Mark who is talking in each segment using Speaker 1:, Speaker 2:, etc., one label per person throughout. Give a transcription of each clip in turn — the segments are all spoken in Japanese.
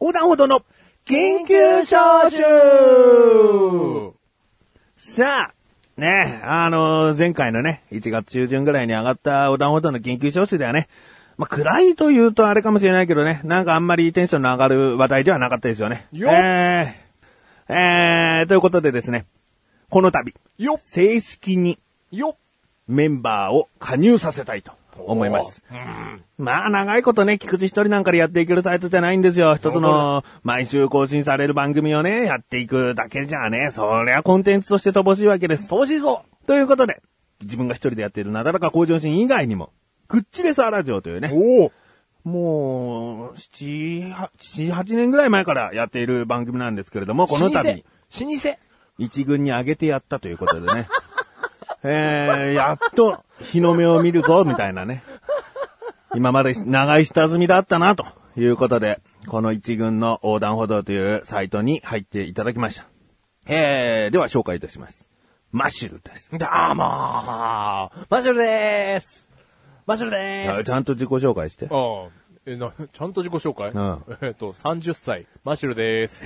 Speaker 1: 横断歩道の緊急招集さあ、ね、あのー前回のね、1月中旬ぐらいに上がった横断歩道の緊急招集ではね、まあ、暗いというとあれかもしれないけどね、なんかあんまりテンションの上がる話題ではなかったですよね。
Speaker 2: よっ
Speaker 1: えー、えー、ということでですね、この度、
Speaker 2: よっ
Speaker 1: 正式に
Speaker 2: よっ
Speaker 1: メンバーを加入させたいと思います。まあ、長いことね、菊池一人なんかでやっていけるサイトじゃないんですよ。一つの、毎週更新される番組をね、やっていくだけじゃね、そりゃコンテンツとして乏しいわけです。
Speaker 2: そうしぞ
Speaker 1: ということで、自分が一人でやっているなだらか向上心以外にも、グッチレスアラジオというね、
Speaker 2: おお
Speaker 1: もう、七、八七八年ぐらい前からやっている番組なんですけれども、この度、
Speaker 2: 老舗老舗
Speaker 1: 一軍に上げてやったということでね。 えー、やっと日の目を見るぞ、みたいなね。今まで長い下積みだったな、ということで、この一軍の横断歩道というサイトに入っていただきました。えー、では紹介いたします。マッシュルです。
Speaker 2: どうもーマシュルでーすマシュルで
Speaker 1: あ
Speaker 2: ーす
Speaker 1: ちゃんと自己紹介して。
Speaker 2: ああ、え、な、ちゃんと自己紹介
Speaker 1: ん
Speaker 2: えっと、30歳、マシュルでーす。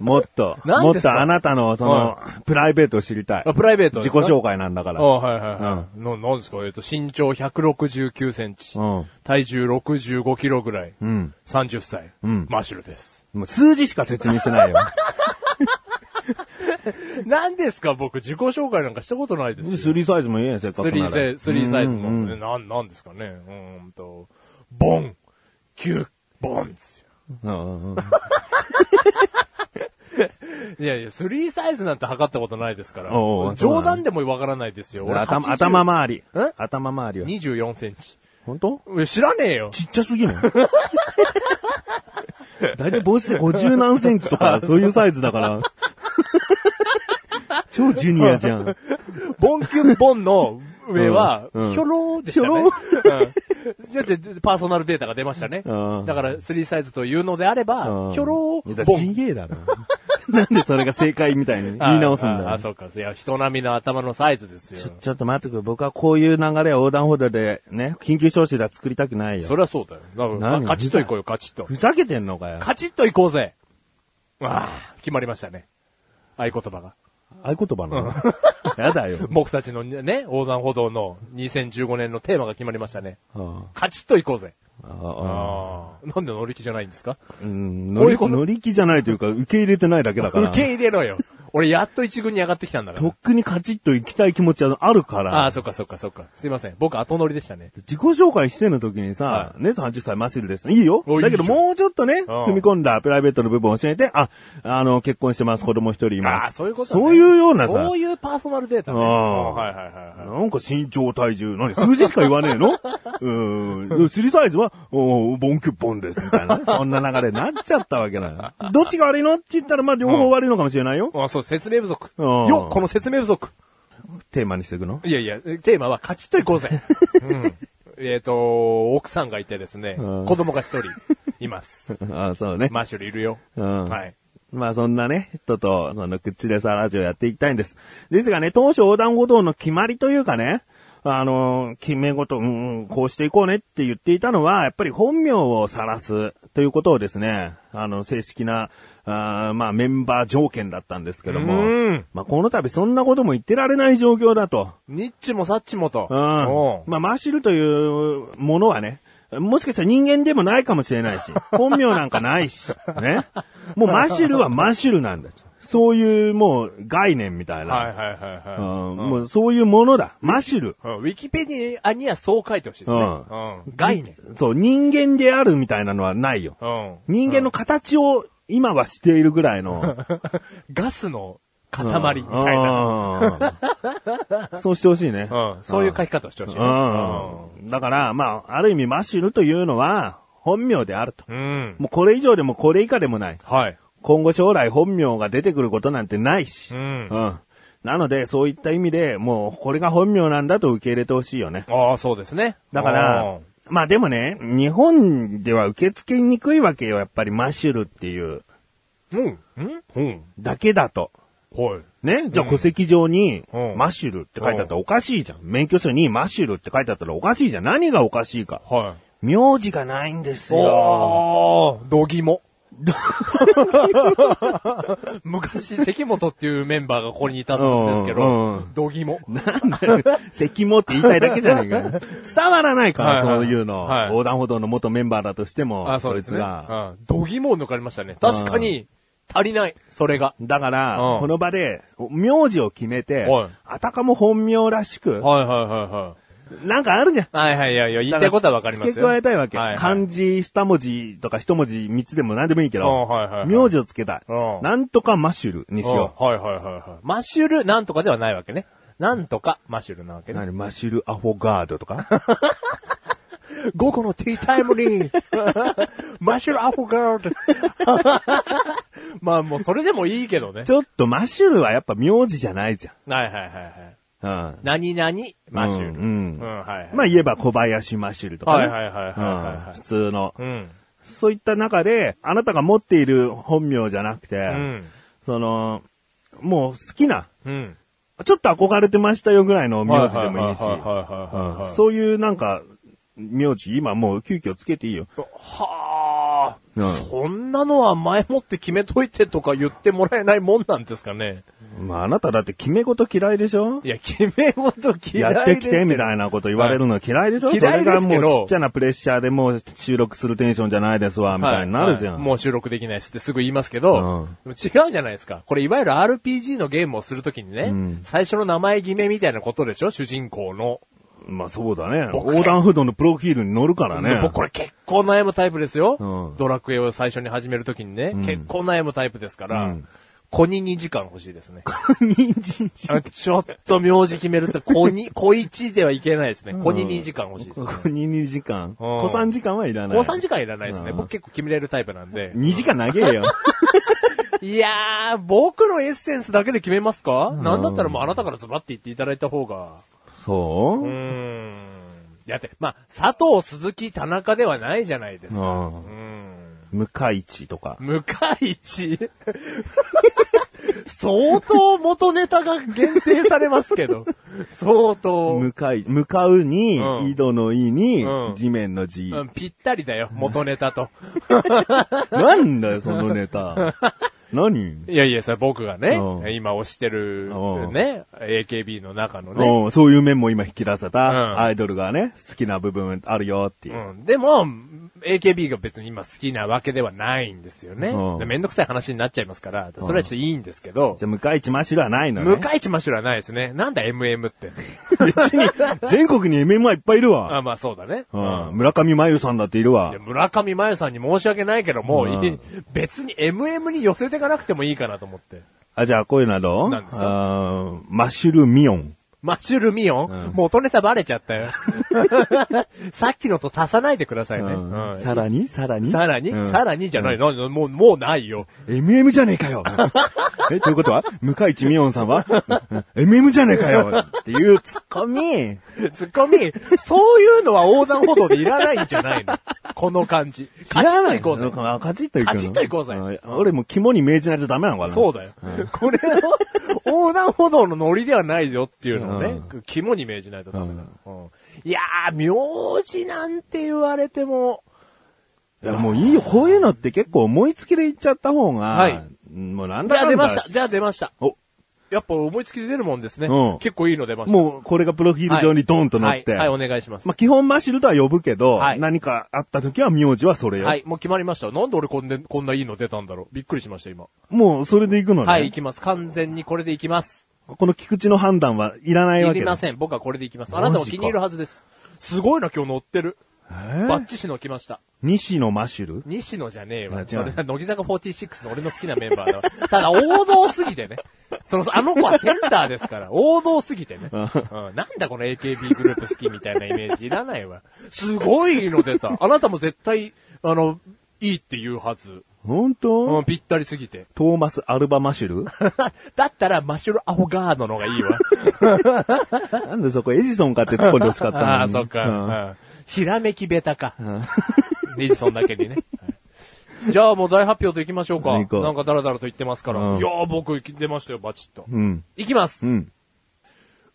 Speaker 1: もっと、
Speaker 2: 何
Speaker 1: も
Speaker 2: で
Speaker 1: っ
Speaker 2: すか
Speaker 1: とあなたのその、プライベートを知りたい
Speaker 2: あ。プライベートです
Speaker 1: 自己
Speaker 2: か
Speaker 1: 紹介なんだから
Speaker 2: あ。はいはいはい。な、なんですかえっと、身長169センチ。
Speaker 1: うん
Speaker 2: 体重65キロぐらい。
Speaker 1: ん
Speaker 2: 30歳。
Speaker 1: ん
Speaker 2: マシュルです。
Speaker 1: もう数字しか説明してないよ。
Speaker 2: 何ですか僕、自己紹介なんかしたことないですよ。
Speaker 1: スリーサイズもいいやん、せっかくな
Speaker 2: スリ
Speaker 1: ら。
Speaker 2: ーサイスリーサイズ
Speaker 1: う
Speaker 2: も、
Speaker 1: んうん
Speaker 2: ね、なん、なんですかね。うーんと、ボン、キュッ、ボンですよ。
Speaker 1: うんうんうん
Speaker 2: いやいや、スリーサイズなんて測ったことないですから
Speaker 1: おうおう。
Speaker 2: 冗談でもわからないですよ。俺
Speaker 1: 頭、
Speaker 2: 80
Speaker 1: 頭回り
Speaker 2: え。
Speaker 1: 頭回りは。
Speaker 2: 24センチ。
Speaker 1: 本当
Speaker 2: え知らねえ よ。
Speaker 1: ちっちゃすぎないだいたい帽子で50何センチとか、そういうサイズだ から。超ジュニアじゃん。
Speaker 2: ボンキュンボンの上は、ひ
Speaker 1: うんうん
Speaker 2: ょろーでしたね。うんだってパーソナルデータが出ましたね。
Speaker 1: うん
Speaker 2: だから、スリーサイズというのであれば、ひょろ
Speaker 1: いや
Speaker 2: ー、ボ
Speaker 1: ち
Speaker 2: ン。
Speaker 1: げえだろ。 なんでそれが正解みたいに言い直すんだ
Speaker 2: ああ、
Speaker 1: よ。
Speaker 2: そうか。いや、人並みの頭のサイズですよ
Speaker 1: ちょ。ちょっと待ってくれ。僕はこういう流れは横断歩道でね、緊急招集では作りたくない
Speaker 2: そ
Speaker 1: よ。
Speaker 2: りゃそうだよ。だから
Speaker 1: 何
Speaker 2: カチッといこうよ、カチッと
Speaker 1: ふ。ざけてんのかよ。
Speaker 2: カチッといこうぜ。ああ、決まりましたね。合言葉が。
Speaker 1: 合言葉なの。やだよ。
Speaker 2: 僕たちのね、横断歩道の2015年のテーマが決まりましたね。
Speaker 1: あ
Speaker 2: カチッといこうぜ。
Speaker 1: あああ
Speaker 2: ああ。なんで乗り気じゃないんですか
Speaker 1: うん
Speaker 2: こ
Speaker 1: 乗
Speaker 2: うい
Speaker 1: り
Speaker 2: うこと
Speaker 1: 乗り気じゃないというか、受け入れてないだけだから。
Speaker 2: 受け入れろよ。俺やっと一軍に上がってきたんだか
Speaker 1: と
Speaker 2: ら。
Speaker 1: っくにカチッと行きたい気持ちはあるか
Speaker 2: あ
Speaker 1: ら
Speaker 2: あ、、そっかそっかそっか。すいません。僕後乗りでしたね。
Speaker 1: 自己紹介しての時にさ
Speaker 2: は、
Speaker 1: ね、30歳マシルです。いいよ
Speaker 2: お。いい
Speaker 1: だけど
Speaker 2: じゃん
Speaker 1: もうちょっとね、踏み込んだプライベートの部分を教えて、あ、あの、結婚してます、子供一人い
Speaker 2: あ
Speaker 1: ま
Speaker 2: あ、
Speaker 1: す。
Speaker 2: そういうことね
Speaker 1: そういうようなさ
Speaker 2: そう、いうパーソナルデータね。
Speaker 1: ああ
Speaker 2: はいはいはいは
Speaker 1: なんか身長、体重、何数字しか言わねえの うん。スリーサイズは、おーボンキュッボンです、みたいな ね。そんな流れになっちゃったわけだよ。どっちが悪いのって言ったら、まあ、両方悪いのかもしれないよ。
Speaker 2: い。ああ、そう、説明不足。
Speaker 1: うん
Speaker 2: よっこの説明不足。
Speaker 1: テーマにしていくの
Speaker 2: いやいや、テーマはカチッといこうぜ。うんえっと、奥さんがいてですね、
Speaker 1: うん
Speaker 2: 子供が一人 います。
Speaker 1: ああ、そうね。
Speaker 2: マッシュルいるよ。
Speaker 1: うん
Speaker 2: はい。
Speaker 1: まあそんなね、人と、その、クッチレサラジオやっていきたいんです。ですがね、当初横断歩道の決まりというかね、あの、決め事、うん、うんこうしていこうねって言っていたのは、やっぱり本名を晒すということをですね、あの、正式な、あーまあメンバー条件だったんですけど
Speaker 2: う
Speaker 1: も
Speaker 2: ん、
Speaker 1: まあこの度そんなことも言ってられない状況だと。
Speaker 2: ニッチもサッチもと。
Speaker 1: うん。
Speaker 2: おう
Speaker 1: まあ、マーシルというものはね、もしかしたら人間でもないかもしれ ないし、本名なんかないし、ね。もうマシュルはマシュルなんだ。そういうもう概念みたいな。
Speaker 2: はいはいはい
Speaker 1: うん
Speaker 2: は
Speaker 1: もうそういうものだ。マシュル。
Speaker 2: いうん。ウィキペディアにはそう書いてほしいですね。
Speaker 1: う
Speaker 2: うんん。概念。
Speaker 1: そう、人間であるみたいなのはないよ。
Speaker 2: うん。
Speaker 1: 人間の形を今はしているぐらいの。
Speaker 2: ガスの塊みたいな。
Speaker 1: な。うんそうしてほしいね。
Speaker 2: うん。そういう書き方をしてほしいね。
Speaker 1: うん。だから、まあ、ある意味マシュルというのは本名であると。
Speaker 2: うん。うん。
Speaker 1: もうこれ以上でもこれ以下でもない。
Speaker 2: はい。
Speaker 1: 今後将来本名が出てくることなんてないし。
Speaker 2: う。
Speaker 1: うんなので、そういった意味で、もう、これが本名なんだと受け入れてほしいよね。
Speaker 2: ああ、そうですね。
Speaker 1: だから
Speaker 2: お、
Speaker 1: まあでもね、日本では受け付けにくいわけよ、やっぱりマシュルっていう
Speaker 2: う、うん。うんうん。
Speaker 1: だけだと。
Speaker 2: はい。
Speaker 1: ねじゃあ戸籍上に
Speaker 2: う、ん
Speaker 1: マシュルって書いてあったらおかしいじゃん。免許証にマシュルって書いてあったらおかしいじゃん。何がおかしいか。
Speaker 2: は
Speaker 1: 名字がないんですよ。
Speaker 2: おー、どぎも。 昔、関本っていうメンバーがここにいたんですけ
Speaker 1: うんう
Speaker 2: ど、どぎも。
Speaker 1: なんで、 関もって言いたいだけじゃねえかよ。伝わらないか
Speaker 2: は
Speaker 1: ら、
Speaker 2: いはい
Speaker 1: そういうの。
Speaker 2: はい
Speaker 1: 横断歩道の元メンバーだとしても、
Speaker 2: あ、そう
Speaker 1: そ
Speaker 2: で
Speaker 1: い
Speaker 2: す
Speaker 1: つ
Speaker 2: ね。う
Speaker 1: が。
Speaker 2: んどぎもを抜かれましたね。確かに、足りない、それが。
Speaker 1: だから、
Speaker 2: うん
Speaker 1: この場で、名字を決めて、
Speaker 2: はい
Speaker 1: あたかも本名らしく、
Speaker 2: はいはいはいはい。
Speaker 1: なんかあるじゃん。
Speaker 2: はいはいいやいや、言いたいことはわかりますよ。
Speaker 1: 付け加えたいわけ。
Speaker 2: はいはい
Speaker 1: 漢字、二文字とか一文字三つでも何でもいいけど、
Speaker 2: うんはいはいはい
Speaker 1: 名字を付けたい。
Speaker 2: うん
Speaker 1: なんとかマッシュルにしよ
Speaker 2: うんはいはいはいはい。マッシュルなんとかではないわけね。なんとかマッシュルなわ
Speaker 1: う。
Speaker 2: けね。
Speaker 1: 何マッシュルアフォガードとか
Speaker 2: 午後のティータイムに、マッシュルアフォガール。 まあもうそれでもいいけどね。
Speaker 1: ちょっとマッシュルはやっぱ名字じゃないじ
Speaker 2: はいはいはいはい。
Speaker 1: ゃん。うん。
Speaker 2: 何々マッシュル。
Speaker 1: うんうん
Speaker 2: はいはい。
Speaker 1: まあ言えば小林マッシュルとかね。
Speaker 2: はいはいはいはいはいはい
Speaker 1: うん普通の。
Speaker 2: うん。
Speaker 1: そういった中で、あなたが持っている本名じゃなくて、
Speaker 2: うん。
Speaker 1: その、もう好きな、
Speaker 2: うん。
Speaker 1: ちょっと憧れてましたよぐらいの名字でもいいし
Speaker 2: は、いはいはいはいはいはい。
Speaker 1: そういうなんか、名字、今もう急遽つけていいよ。
Speaker 2: はあ、
Speaker 1: うん
Speaker 2: そんなのは前もって決めといてとか言ってもらえないもんなんですかね。
Speaker 1: まああなただって決め事嫌いでしょ
Speaker 2: いや、決め事嫌い
Speaker 1: やってきてみたいなこと言われるの嫌いでしょ、それが
Speaker 2: 嫌いです
Speaker 1: も
Speaker 2: け
Speaker 1: う
Speaker 2: ど
Speaker 1: ちっちゃなプレッシャーでもう収録するテンションじゃないですわ、みたいになるじゃん。
Speaker 2: はいはいもう収録できないですってすぐ言いますけど、でも違うじゃないですか。これいわゆる RPG のゲームをするときにね、
Speaker 1: ん
Speaker 2: 最初の名前決めみたいなことでしょ主人公の。
Speaker 1: まあそうだね。
Speaker 2: 僕
Speaker 1: 横断不動のプロフィールに乗るからね。
Speaker 2: 僕これ結構悩むタイプですよ。
Speaker 1: うん
Speaker 2: ドラクエを最初に始めるときにね、結構悩むタイプですから、
Speaker 1: うん
Speaker 2: 子に2時間欲しいですね。
Speaker 1: 人参じ
Speaker 2: あちょっと名字決めると、子に、子1ではいけないですね。子に2時間欲しいです
Speaker 1: こ
Speaker 2: ね。
Speaker 1: こに2時間。小3時間はいらない。
Speaker 2: 子3時間いらないですね。
Speaker 1: うん
Speaker 2: 僕結構決めれるタイプなんで。
Speaker 1: 2時間長 えよ。
Speaker 2: いやー、僕のエッセンスだけで決めますかなんだったらもうあなたからズバって言っていただいた方が。
Speaker 1: そうう
Speaker 2: ーん。だって、まあ、佐藤、鈴木、田中ではないじゃないですか。
Speaker 1: うん
Speaker 2: うーん。
Speaker 1: 向井地とか。
Speaker 2: 向井地相当元ネタが限定されますけど。相当。
Speaker 1: 向かい、向かうに、
Speaker 2: うん
Speaker 1: 井戸の井に、
Speaker 2: うん
Speaker 1: 地面の地。
Speaker 2: うん、ぴったりだよ、元ネタと。
Speaker 1: なんだよ、そのネ タ。何
Speaker 2: いやいや、それ僕がね
Speaker 1: う、ん
Speaker 2: 今推してる
Speaker 1: うん、
Speaker 2: ね、AKB の中のね。
Speaker 1: うん、そういう面も今引き出せ
Speaker 2: う
Speaker 1: た、
Speaker 2: ん
Speaker 1: アイドルがね、好きな部分あるよっていうう。
Speaker 2: ん、でも、AKB が別に今好きなわけではないんですよね
Speaker 1: うん。
Speaker 2: でめんどくさい話になっちゃいますから、それはちょっといいんですけど
Speaker 1: じ、ゃあ、向井地マシルはないのね。
Speaker 2: 向かいちましろはないですね。なんだ MM って。
Speaker 1: 別に、全国に MM はいっぱいいるわ。
Speaker 2: あまあそうだね。
Speaker 1: う
Speaker 2: うん
Speaker 1: ん、村上真由さんだっている
Speaker 2: い
Speaker 1: わ
Speaker 2: や。村上真由さんに申し訳ないけども、
Speaker 1: うん
Speaker 2: いい別に MM に寄せていかなくてもいいかなと思って。
Speaker 1: あ、じゃあ、こういうのはどう
Speaker 2: 何ですか
Speaker 1: あーマッシュルミオン。
Speaker 2: マッシュルミオン、
Speaker 1: うん
Speaker 2: 元ネタバレちゃった よ。さっきのと足さないでくださいね。
Speaker 1: うん
Speaker 2: うん
Speaker 1: さらにさらに
Speaker 2: さらに、
Speaker 1: うん
Speaker 2: さらにじゃない、なもう、もうないよ。
Speaker 1: MM じゃねえか よえ、ということは、向井地美音さんは、MM じゃねえかよっていうツッコミ。
Speaker 2: ツッコミ、そういうのは横断歩道でいらないんじゃないのこの感じ。カチッといこうぜ。
Speaker 1: あカチッと行くの
Speaker 2: カチッと行こうぜ
Speaker 1: ん俺もう肝に銘じないとダメなのかな。
Speaker 2: そうだよ。 これを、横断歩道のノリではないよっていうのをね、肝に銘じないとダメだ。うんいやー、名字なんて言われても、
Speaker 1: いや、もういいよ。こういうのって結構思いつきで言っちゃった方が、
Speaker 2: はい
Speaker 1: もうなん
Speaker 2: じ
Speaker 1: だ
Speaker 2: ゃ
Speaker 1: かん
Speaker 2: あ
Speaker 1: だ。
Speaker 2: 出ました。じゃあ出ました。
Speaker 1: お
Speaker 2: やっぱ思いつきで出るもんですね
Speaker 1: うん。
Speaker 2: 結構いいの出ました。
Speaker 1: もうこれがプロフィール上にドンと乗って。
Speaker 2: はい、はいはいお願いします。
Speaker 1: まあ、基本マシルとは呼ぶけど、
Speaker 2: はい
Speaker 1: 何かあった時は名字はそれよ。
Speaker 2: はい、もう決まりました。なんで俺こんで、こんないいの出たんだろう。びっくりしました、今。
Speaker 1: もうそれで行くのね。
Speaker 2: はい、いきます。完全にこれでいきます。
Speaker 1: この菊池の判断はいらないわ
Speaker 2: い
Speaker 1: け
Speaker 2: り
Speaker 1: だ
Speaker 2: ません。僕はこれでいきます。
Speaker 1: マ
Speaker 2: あ
Speaker 1: ジか
Speaker 2: なたも気に入るはずです。すごいな、今日乗ってる。
Speaker 1: え
Speaker 2: バッ
Speaker 1: ー、
Speaker 2: チシの来ました。
Speaker 1: 西野マシル
Speaker 2: 西野じゃねえ
Speaker 1: あ違
Speaker 2: わ
Speaker 1: う。
Speaker 2: それは乃木坂46の俺の好きなメンバーだわ。ただ、王道すぎてね。その、あの子はセンターですから、王道すぎてね。うん、なんだこの AKB グループ好きみたいなイメージいらないわ。すごいの出た。あなたも絶対、あの、いいって言うはず。
Speaker 1: 本当、
Speaker 2: うん、ぴったりすぎて。
Speaker 1: トーマス・アルバ・マシュル
Speaker 2: だったら、マッシュルアホガードの方がいいわ。
Speaker 1: なんでそこエジソンかって突っ込んでほしかったのに。
Speaker 2: ああー、そっか。うんひらめきベタ か。ネジソンだけにね。はいじゃあもう大発表といきましょうか。
Speaker 1: 行こう
Speaker 2: なんかダラダラと言ってますから。
Speaker 1: うん
Speaker 2: いやー僕出ましたよ、バチッと。
Speaker 1: うん。
Speaker 2: いきます
Speaker 1: う。ん。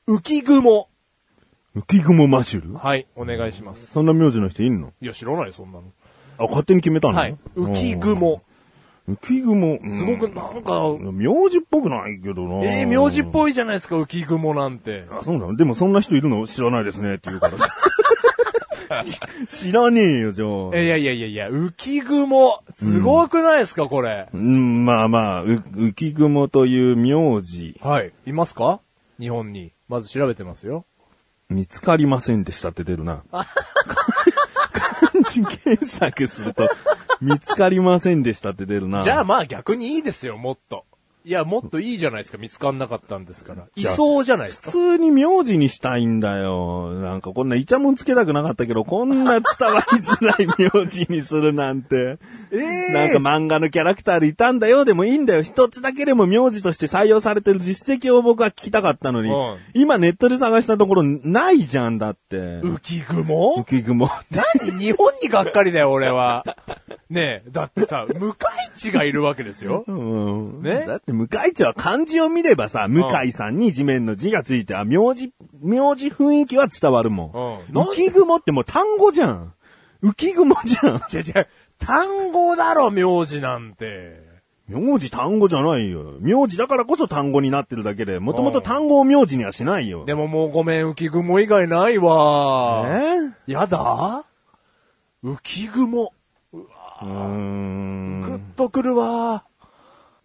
Speaker 2: 浮雲。
Speaker 1: 浮雲マシュル
Speaker 2: はい、お願いします。
Speaker 1: そんな名字の人いんの
Speaker 2: いや、知らないよ、そんなの。
Speaker 1: あ、勝手に決めたの
Speaker 2: はい。浮。雲。
Speaker 1: うん浮雲。うん
Speaker 2: すごく、なんか、
Speaker 1: 名字っぽくないけどな。
Speaker 2: ええ、名字っぽいじゃないですか、浮雲なんて。
Speaker 1: あ、そうなのでもそんな人いるの知らないですねって言うからさ。 知らねえよ、じゃ
Speaker 2: いや
Speaker 1: あ。
Speaker 2: いやいやいや、浮雲。すごくないですか、これ。
Speaker 1: うん、まあまあ、う浮雲という名字、
Speaker 2: はい。いますか日本に。まず調べてますよ。
Speaker 1: 見つかりませんでしたって出るな。漢字検索すると、見つかりませんでしたって出るな。
Speaker 2: じゃあまあ逆にいいですよ、もっと。いや、もっといいじゃないですか、見つかんなかったんですから。い
Speaker 1: じゃあ
Speaker 2: そうじゃないです
Speaker 1: 普
Speaker 2: か。
Speaker 1: 通に名字にしたいんだよ。なんかこんなイチャモンつけたくなかったけど、こんな伝わりづらい名字にするなんて。
Speaker 2: ええ
Speaker 1: なんか漫画のキャラクターでいたんだよでもいいんだよ。一つだけでも名字として採用されてる実績を僕は聞きたかったのに、
Speaker 2: うん
Speaker 1: 今ネットで探したところないじゃんだって。
Speaker 2: 浮雲
Speaker 1: 浮雲。
Speaker 2: 何日本にがっかりだよ、俺は。ねえ、だってさ、向井地がいるわけですよ
Speaker 1: う。ん、
Speaker 2: ね
Speaker 1: だって向井地は漢字を見ればさ、向井さんに地面の字がついて、あ、名字、名字雰囲気は伝わるもん。
Speaker 2: うんなん
Speaker 1: 浮雲ってもう単語じゃん。浮雲じゃん。
Speaker 2: 違う違う。単語だろ、名字なんて。
Speaker 1: 名字単語じゃないよ。名字だからこそ単語になってるだけで、もともと単語を名字にはしないよ。
Speaker 2: でももうごめん、浮雲以外ないわ。
Speaker 1: え
Speaker 2: やだ浮雲。
Speaker 1: うーん
Speaker 2: グッとくるわ。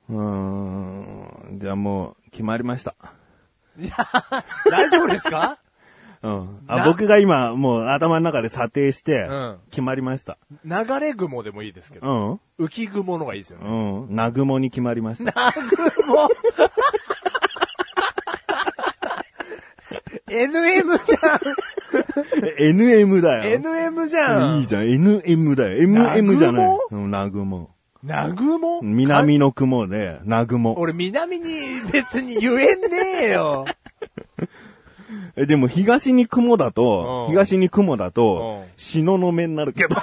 Speaker 1: うーん。じゃあもう、決まりました。
Speaker 2: 大丈夫ですか
Speaker 1: うん。あ、
Speaker 2: な
Speaker 1: 僕が今、もう頭の中で査定して
Speaker 2: うん、
Speaker 1: 決まりました。
Speaker 2: 流れ雲でもいいですけど。
Speaker 1: うん。う
Speaker 2: 浮雲のがいいですよね。
Speaker 1: ん。なぐもに決まりました。
Speaker 2: NM じ
Speaker 1: NM だ
Speaker 2: ゃ
Speaker 1: よ
Speaker 2: ん。!NM じゃん
Speaker 1: いいじゃん。NM だよ。MM じゃない
Speaker 2: なぐも。
Speaker 1: うんなぐも。
Speaker 2: なぐも
Speaker 1: 南の雲で、なぐも。
Speaker 2: 俺南に別に言えねえよ。
Speaker 1: え、でも東に雲だと、
Speaker 2: うん
Speaker 1: 東に雲だと
Speaker 2: うん、
Speaker 1: 篠の目になるけど。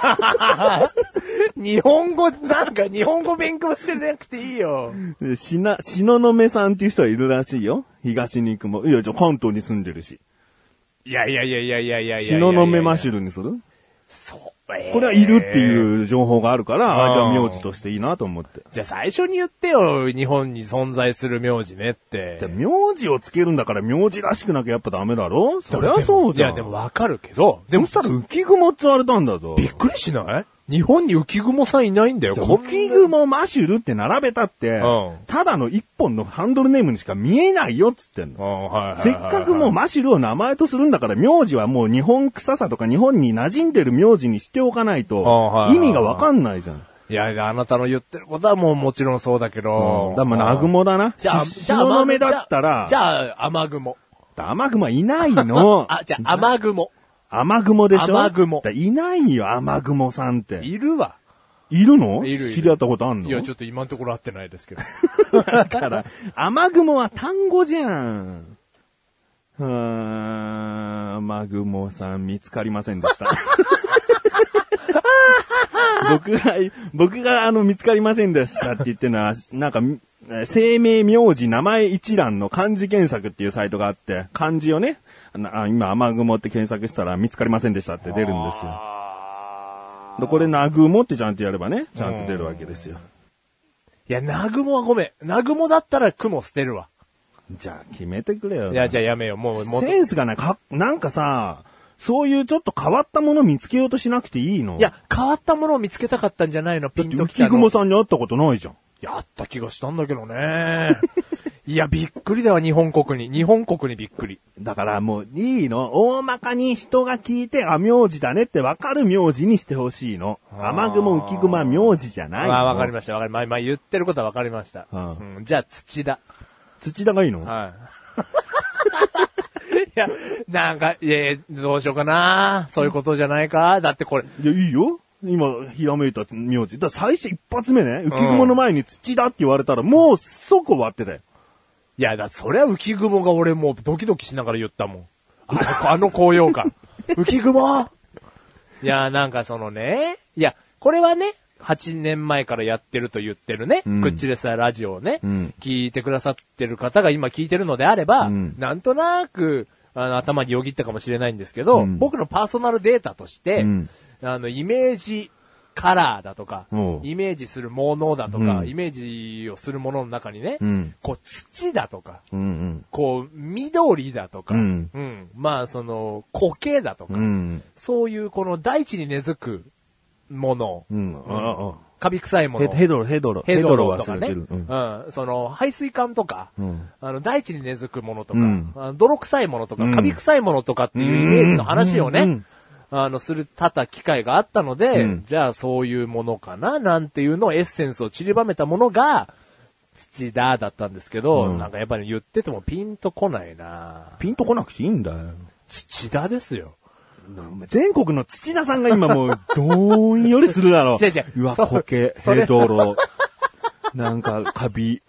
Speaker 2: 日本語、なんか日本語勉強してなくていいよ。
Speaker 1: でしな、篠の目さんっていう人はいるらしいよ。東に雲。いや、じゃあ関東に住んでるし。
Speaker 2: いやいやいやいやいやいやいや。
Speaker 1: 篠の目マシュルにする
Speaker 2: そう。えー
Speaker 1: これはいるっていう情報があるから、あ
Speaker 2: うん
Speaker 1: じゃあ名字としていいなと思って。
Speaker 2: じゃあ最初に言ってよ、日本に存在する名字ねって
Speaker 1: じゃあ。名字をつけるんだから名字らしくなきゃやっぱダメだろそりゃそうじゃん。
Speaker 2: いやでもわかるけど、で
Speaker 1: そ
Speaker 2: も
Speaker 1: したら浮雲って言われたんだぞ。
Speaker 2: びっくりしない日本に浮雲さんいないんだよ。こんな
Speaker 1: 浮雲マシュルって並べたって、
Speaker 2: うん
Speaker 1: ただの一本のハンドルネームにしか見えないよっつってんの。
Speaker 2: うんはいはいはいはい
Speaker 1: せっかくもうマシュルを名前とするんだから、名字はもう日本臭さとか日本に馴染んでる名字にしておかないと
Speaker 2: あ、ー
Speaker 1: 意味がわかんないじゃん。
Speaker 2: いや、あなたの言ってることはもうもちろんそうだけど。
Speaker 1: だからまあ、ナグモだな。
Speaker 2: じゃあ、
Speaker 1: し
Speaker 2: じゃあ、
Speaker 1: 東雲だったら、
Speaker 2: じゃあ、じゃあ雨雲。
Speaker 1: 雨雲いないの。
Speaker 2: あ、じゃあ、雨雲。
Speaker 1: 雨雲でしょ
Speaker 2: 雨雲
Speaker 1: だいないよ、雨雲さんって。
Speaker 2: いるわ。
Speaker 1: いるの
Speaker 2: いるいる
Speaker 1: 知り合ったことあんの
Speaker 2: いや、ちょっと今のところ合ってないですけど。
Speaker 1: だから、雨雲は単語じゃん。うーん、雨雲さん見つかりませんで した。僕が、僕があの見つかりませんでしたって言ってるのは、なんか、生命名字名前一覧の漢字検索っていうサイトがあって、漢字をね、なあ今雨雲って検索したら見つかりませんでしたって出るんですよ。でこれ、なぐもってちゃんとやればね、ちゃんと出るわけですよ。
Speaker 2: いや、なぐもはごめん。なぐもだったら雲捨てるわ。
Speaker 1: じゃあ決めてくれよ。
Speaker 2: いや、じゃあやめよう。もう、もう。
Speaker 1: センスがない。か、なんかさ、そういうちょっと変わったもの見つけようとしなくていいの。
Speaker 2: い、や、変わったものを見つけたかったんじゃないの、ピンとき
Speaker 1: 浮
Speaker 2: たの。
Speaker 1: 雲さんに会ったことないじゃん。
Speaker 2: やった気がしたんだけどね。 いや、びっくりだわ、日本国に。日本国にびっくり。
Speaker 1: だからもういいの。大まかに人が聞いて、あ、名字だねってわかる名字にしてほしいの。雨雲、浮雲は名字じゃないの。
Speaker 2: あ、わかりました、わかりました。まあ、言ってることはわかりました。
Speaker 1: うん
Speaker 2: うんじゃあ、土田。
Speaker 1: 土田がいいの
Speaker 2: はい。 いや、なんか、いやいやどうしようかな。そういうことじゃないか。だってこれ、
Speaker 1: いや、いいよ。今、ひらめいた名字。だから最初一発目ね、浮雲の前に土田って言われたら、もう即終わってたよ。
Speaker 2: いや、だ、そりゃ浮雲が俺もうドキドキしながら言ったもん。あのあ の高 揚感。浮雲いや、なんかそのね、いや、これはね、8年前からやってると言ってるね、
Speaker 1: ん
Speaker 2: クッチレスラジオをね、
Speaker 1: うん
Speaker 2: 聞いてくださってる方が今聞いてるのであれば、
Speaker 1: うん
Speaker 2: なんとなく、あの、頭によぎったかもしれないんですけど、
Speaker 1: うん
Speaker 2: 僕のパーソナルデータとして、
Speaker 1: うん
Speaker 2: あの、イメージカラーだとか
Speaker 1: おう、
Speaker 2: イメージするものだとか、
Speaker 1: うん
Speaker 2: イメージをするものの中にね、
Speaker 1: うん
Speaker 2: こう、土だとか、
Speaker 1: うんうん。
Speaker 2: こう、緑だとか、
Speaker 1: うん
Speaker 2: まあ、その、苔だとか、
Speaker 1: うん。
Speaker 2: そういうこの大地に根付くもの、
Speaker 1: うん。あ
Speaker 2: カビ臭いも
Speaker 1: あ、ヘ
Speaker 2: の、
Speaker 1: ヘドロ、ヘドロ。
Speaker 2: ヘドロと
Speaker 1: ヘ
Speaker 2: か
Speaker 1: 忘れ
Speaker 2: ね、
Speaker 1: て
Speaker 2: う
Speaker 1: る。うん
Speaker 2: ん、その、排水管とか、
Speaker 1: うん
Speaker 2: あの、大地に根付くものとか、
Speaker 1: うん
Speaker 2: あの泥臭いものとか、
Speaker 1: うん
Speaker 2: カビ臭いものとかっていうイメージの話をね、
Speaker 1: うんうん
Speaker 2: あの、する、たた機会があったので、
Speaker 1: うん
Speaker 2: じゃあそういうものかな、なんていうのをエッセンスを散りばめたものが、土だ、だったんですけど、
Speaker 1: うん
Speaker 2: なんかやっぱり言っててもピンとこないな
Speaker 1: ピンとこなくていいんだよ。
Speaker 2: 土だですよ。
Speaker 1: 全国の土田さんが今もう、どーんよりするだろ
Speaker 2: 違う違う
Speaker 1: うわ、
Speaker 2: そう
Speaker 1: 苔、
Speaker 2: それ
Speaker 1: ヘドロ。なんか、カビ、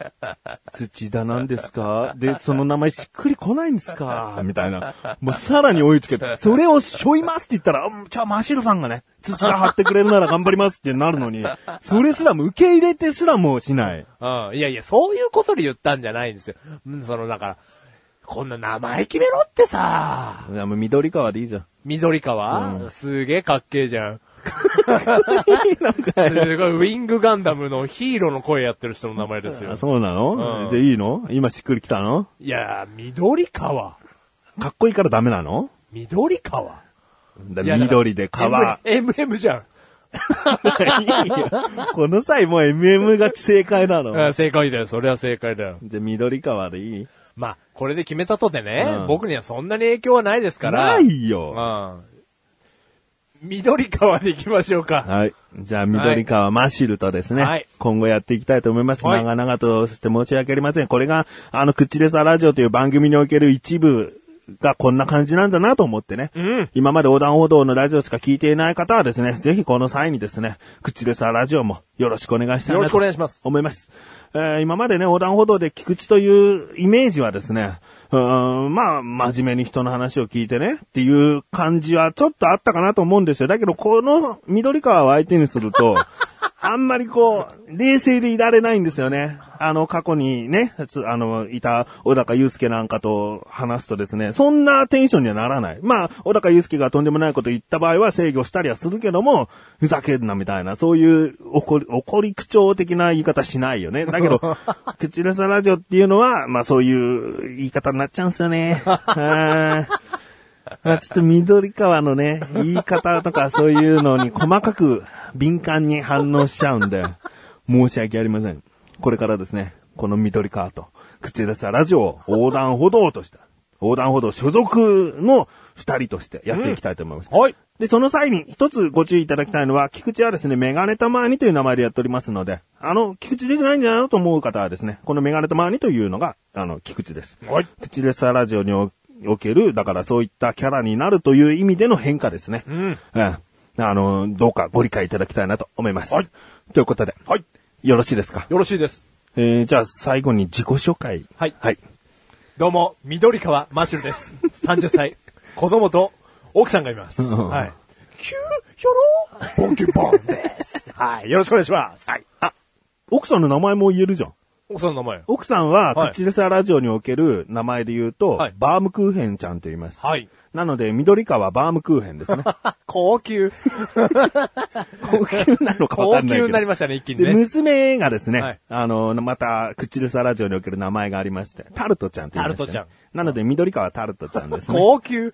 Speaker 1: 土田なんですかで、その名前しっくりこないんですかみたいな。もうさらに追いつけて、それをしょいますって言ったら、うんじゃあ、マシロさんがね、土田張ってくれるなら頑張りますってなるのに、それすらも受け入れてすらもしない。
Speaker 2: うん。いやいや、そういうことで言ったんじゃないんですよ。うん、その、だから、こんな名前決めろってさ、
Speaker 1: いやもう緑川でいいじゃん。
Speaker 2: 緑川、すげえかっけえじゃん。
Speaker 1: なんか、
Speaker 2: すごい、ウィングガンダムのヒーローの声やってる人の名前ですよ
Speaker 1: あ。そうなの、
Speaker 2: うん
Speaker 1: じゃあいいの今しっくりきたの
Speaker 2: いやー、緑
Speaker 1: か
Speaker 2: 川。
Speaker 1: っこいいからダメなの
Speaker 2: 緑川。
Speaker 1: だ
Speaker 2: いやだから
Speaker 1: 緑で川。
Speaker 2: M- MM じゃん。
Speaker 1: いいよ この際もう MM が正解なの。
Speaker 2: うん正解だよ。それは正解だよ。
Speaker 1: じゃあ緑川でいい
Speaker 2: まあ、これで決めたとてね、
Speaker 1: うん
Speaker 2: 僕にはそんなに影響はないですから。
Speaker 1: ない
Speaker 2: うん
Speaker 1: よ。。
Speaker 2: 緑川で行きましょうか。
Speaker 1: はい。じゃあ、緑川、マシルとですね、
Speaker 2: はい
Speaker 1: 今後やっていきたいと思います。
Speaker 2: はい
Speaker 1: 長々として申し訳ありません。これが、あの、口でさラジオという番組における一部がこんな感じなんだなと思ってね、
Speaker 2: うん。
Speaker 1: 今まで横断歩道のラジオしか聞いていない方はですね、ぜひこの際にですね、口でさラジオもよろしくお願いしたいなと。
Speaker 2: よろしくお願いします。
Speaker 1: 思います。えー今までね、横断歩道で菊池というイメージはですね、うーん、まあ、真面目に人の話を聞いてねっていう感じはちょっとあったかなと思うんですよ。だけど、この緑川を相手にすると、あんまりこう、冷静でいられないんですよね。あの、過去にね、つあの、いた小高祐介なんかと話すとですね、そんなテンションにはならない。まあ、小高祐介がとんでもないこと言った場合は制御したりはするけども、ふざけんなみたいな、そういう怒り、怒り口調的な言い方しないよね。だけど、口レサラジオっていうのは、まあそういう言い方になっちゃうんですよね。あーまあちょっと緑川のね、言い方とかそういうのに細かく敏感に反応しちゃうんで、申し訳ありません。これからですね、この緑川と、口出さラジオを横断歩道とした、横断歩道所属の二人としてやっていきたいと思います。
Speaker 2: はい。
Speaker 1: で、その際に一つご注意いただきたいのは、菊池はですね、メガネたまわにという名前でやっておりますので、あの、菊池出てないんじゃないのと思う方はですね、このメガネたまわにというのが、あの、菊池です。
Speaker 2: はい。
Speaker 1: 口レスラジオにおおける、だからそういったキャラになるという意味での変化ですね。
Speaker 2: うん。
Speaker 1: うん。あの、どうかご理解いただきたいなと思います。
Speaker 2: はい。
Speaker 1: ということで、
Speaker 2: はい。
Speaker 1: よろしいですか
Speaker 2: よろしいです。
Speaker 1: えー、じゃあ最後に自己紹介。
Speaker 2: はい
Speaker 1: はい。
Speaker 2: どうも、緑川マシュルです。30歳。子供と奥さんがいます。
Speaker 1: ん
Speaker 2: はい。キューヒョローボンキュボンです。はい。よろしくお願いします。はい。
Speaker 1: あ、奥さんの名前も言えるじゃん。
Speaker 2: 奥さんの名前。
Speaker 1: 奥さんは、
Speaker 2: はい
Speaker 1: 口レスラジオにおける名前で言うと、
Speaker 2: はい
Speaker 1: バームクーヘンちゃんと言います。
Speaker 2: はい。
Speaker 1: なので、緑川バームクーヘンです ね。
Speaker 2: 高級。
Speaker 1: 高級なのかわ
Speaker 2: 高
Speaker 1: かんないけど。
Speaker 2: 級になりましたね、一気に
Speaker 1: で、
Speaker 2: ね。
Speaker 1: 娘がですね、
Speaker 2: はい
Speaker 1: あの、また、クッチルサラジオにおける名前がありまして、タルトちゃんって言いましたね
Speaker 2: タルトちゃん。
Speaker 1: なので、緑川タルトちゃんですね。
Speaker 2: 高級。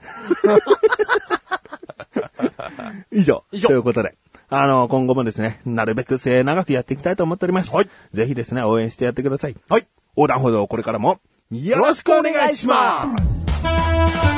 Speaker 1: 以上。
Speaker 2: 以上
Speaker 1: ということで。あの、今後もですね、なるべく末長くやっていきたいと思っております。
Speaker 2: はい
Speaker 1: ぜひですね、応援してやってください。
Speaker 2: はい。
Speaker 1: 横断歩道をこれからも、よ
Speaker 2: よろしくお願いします。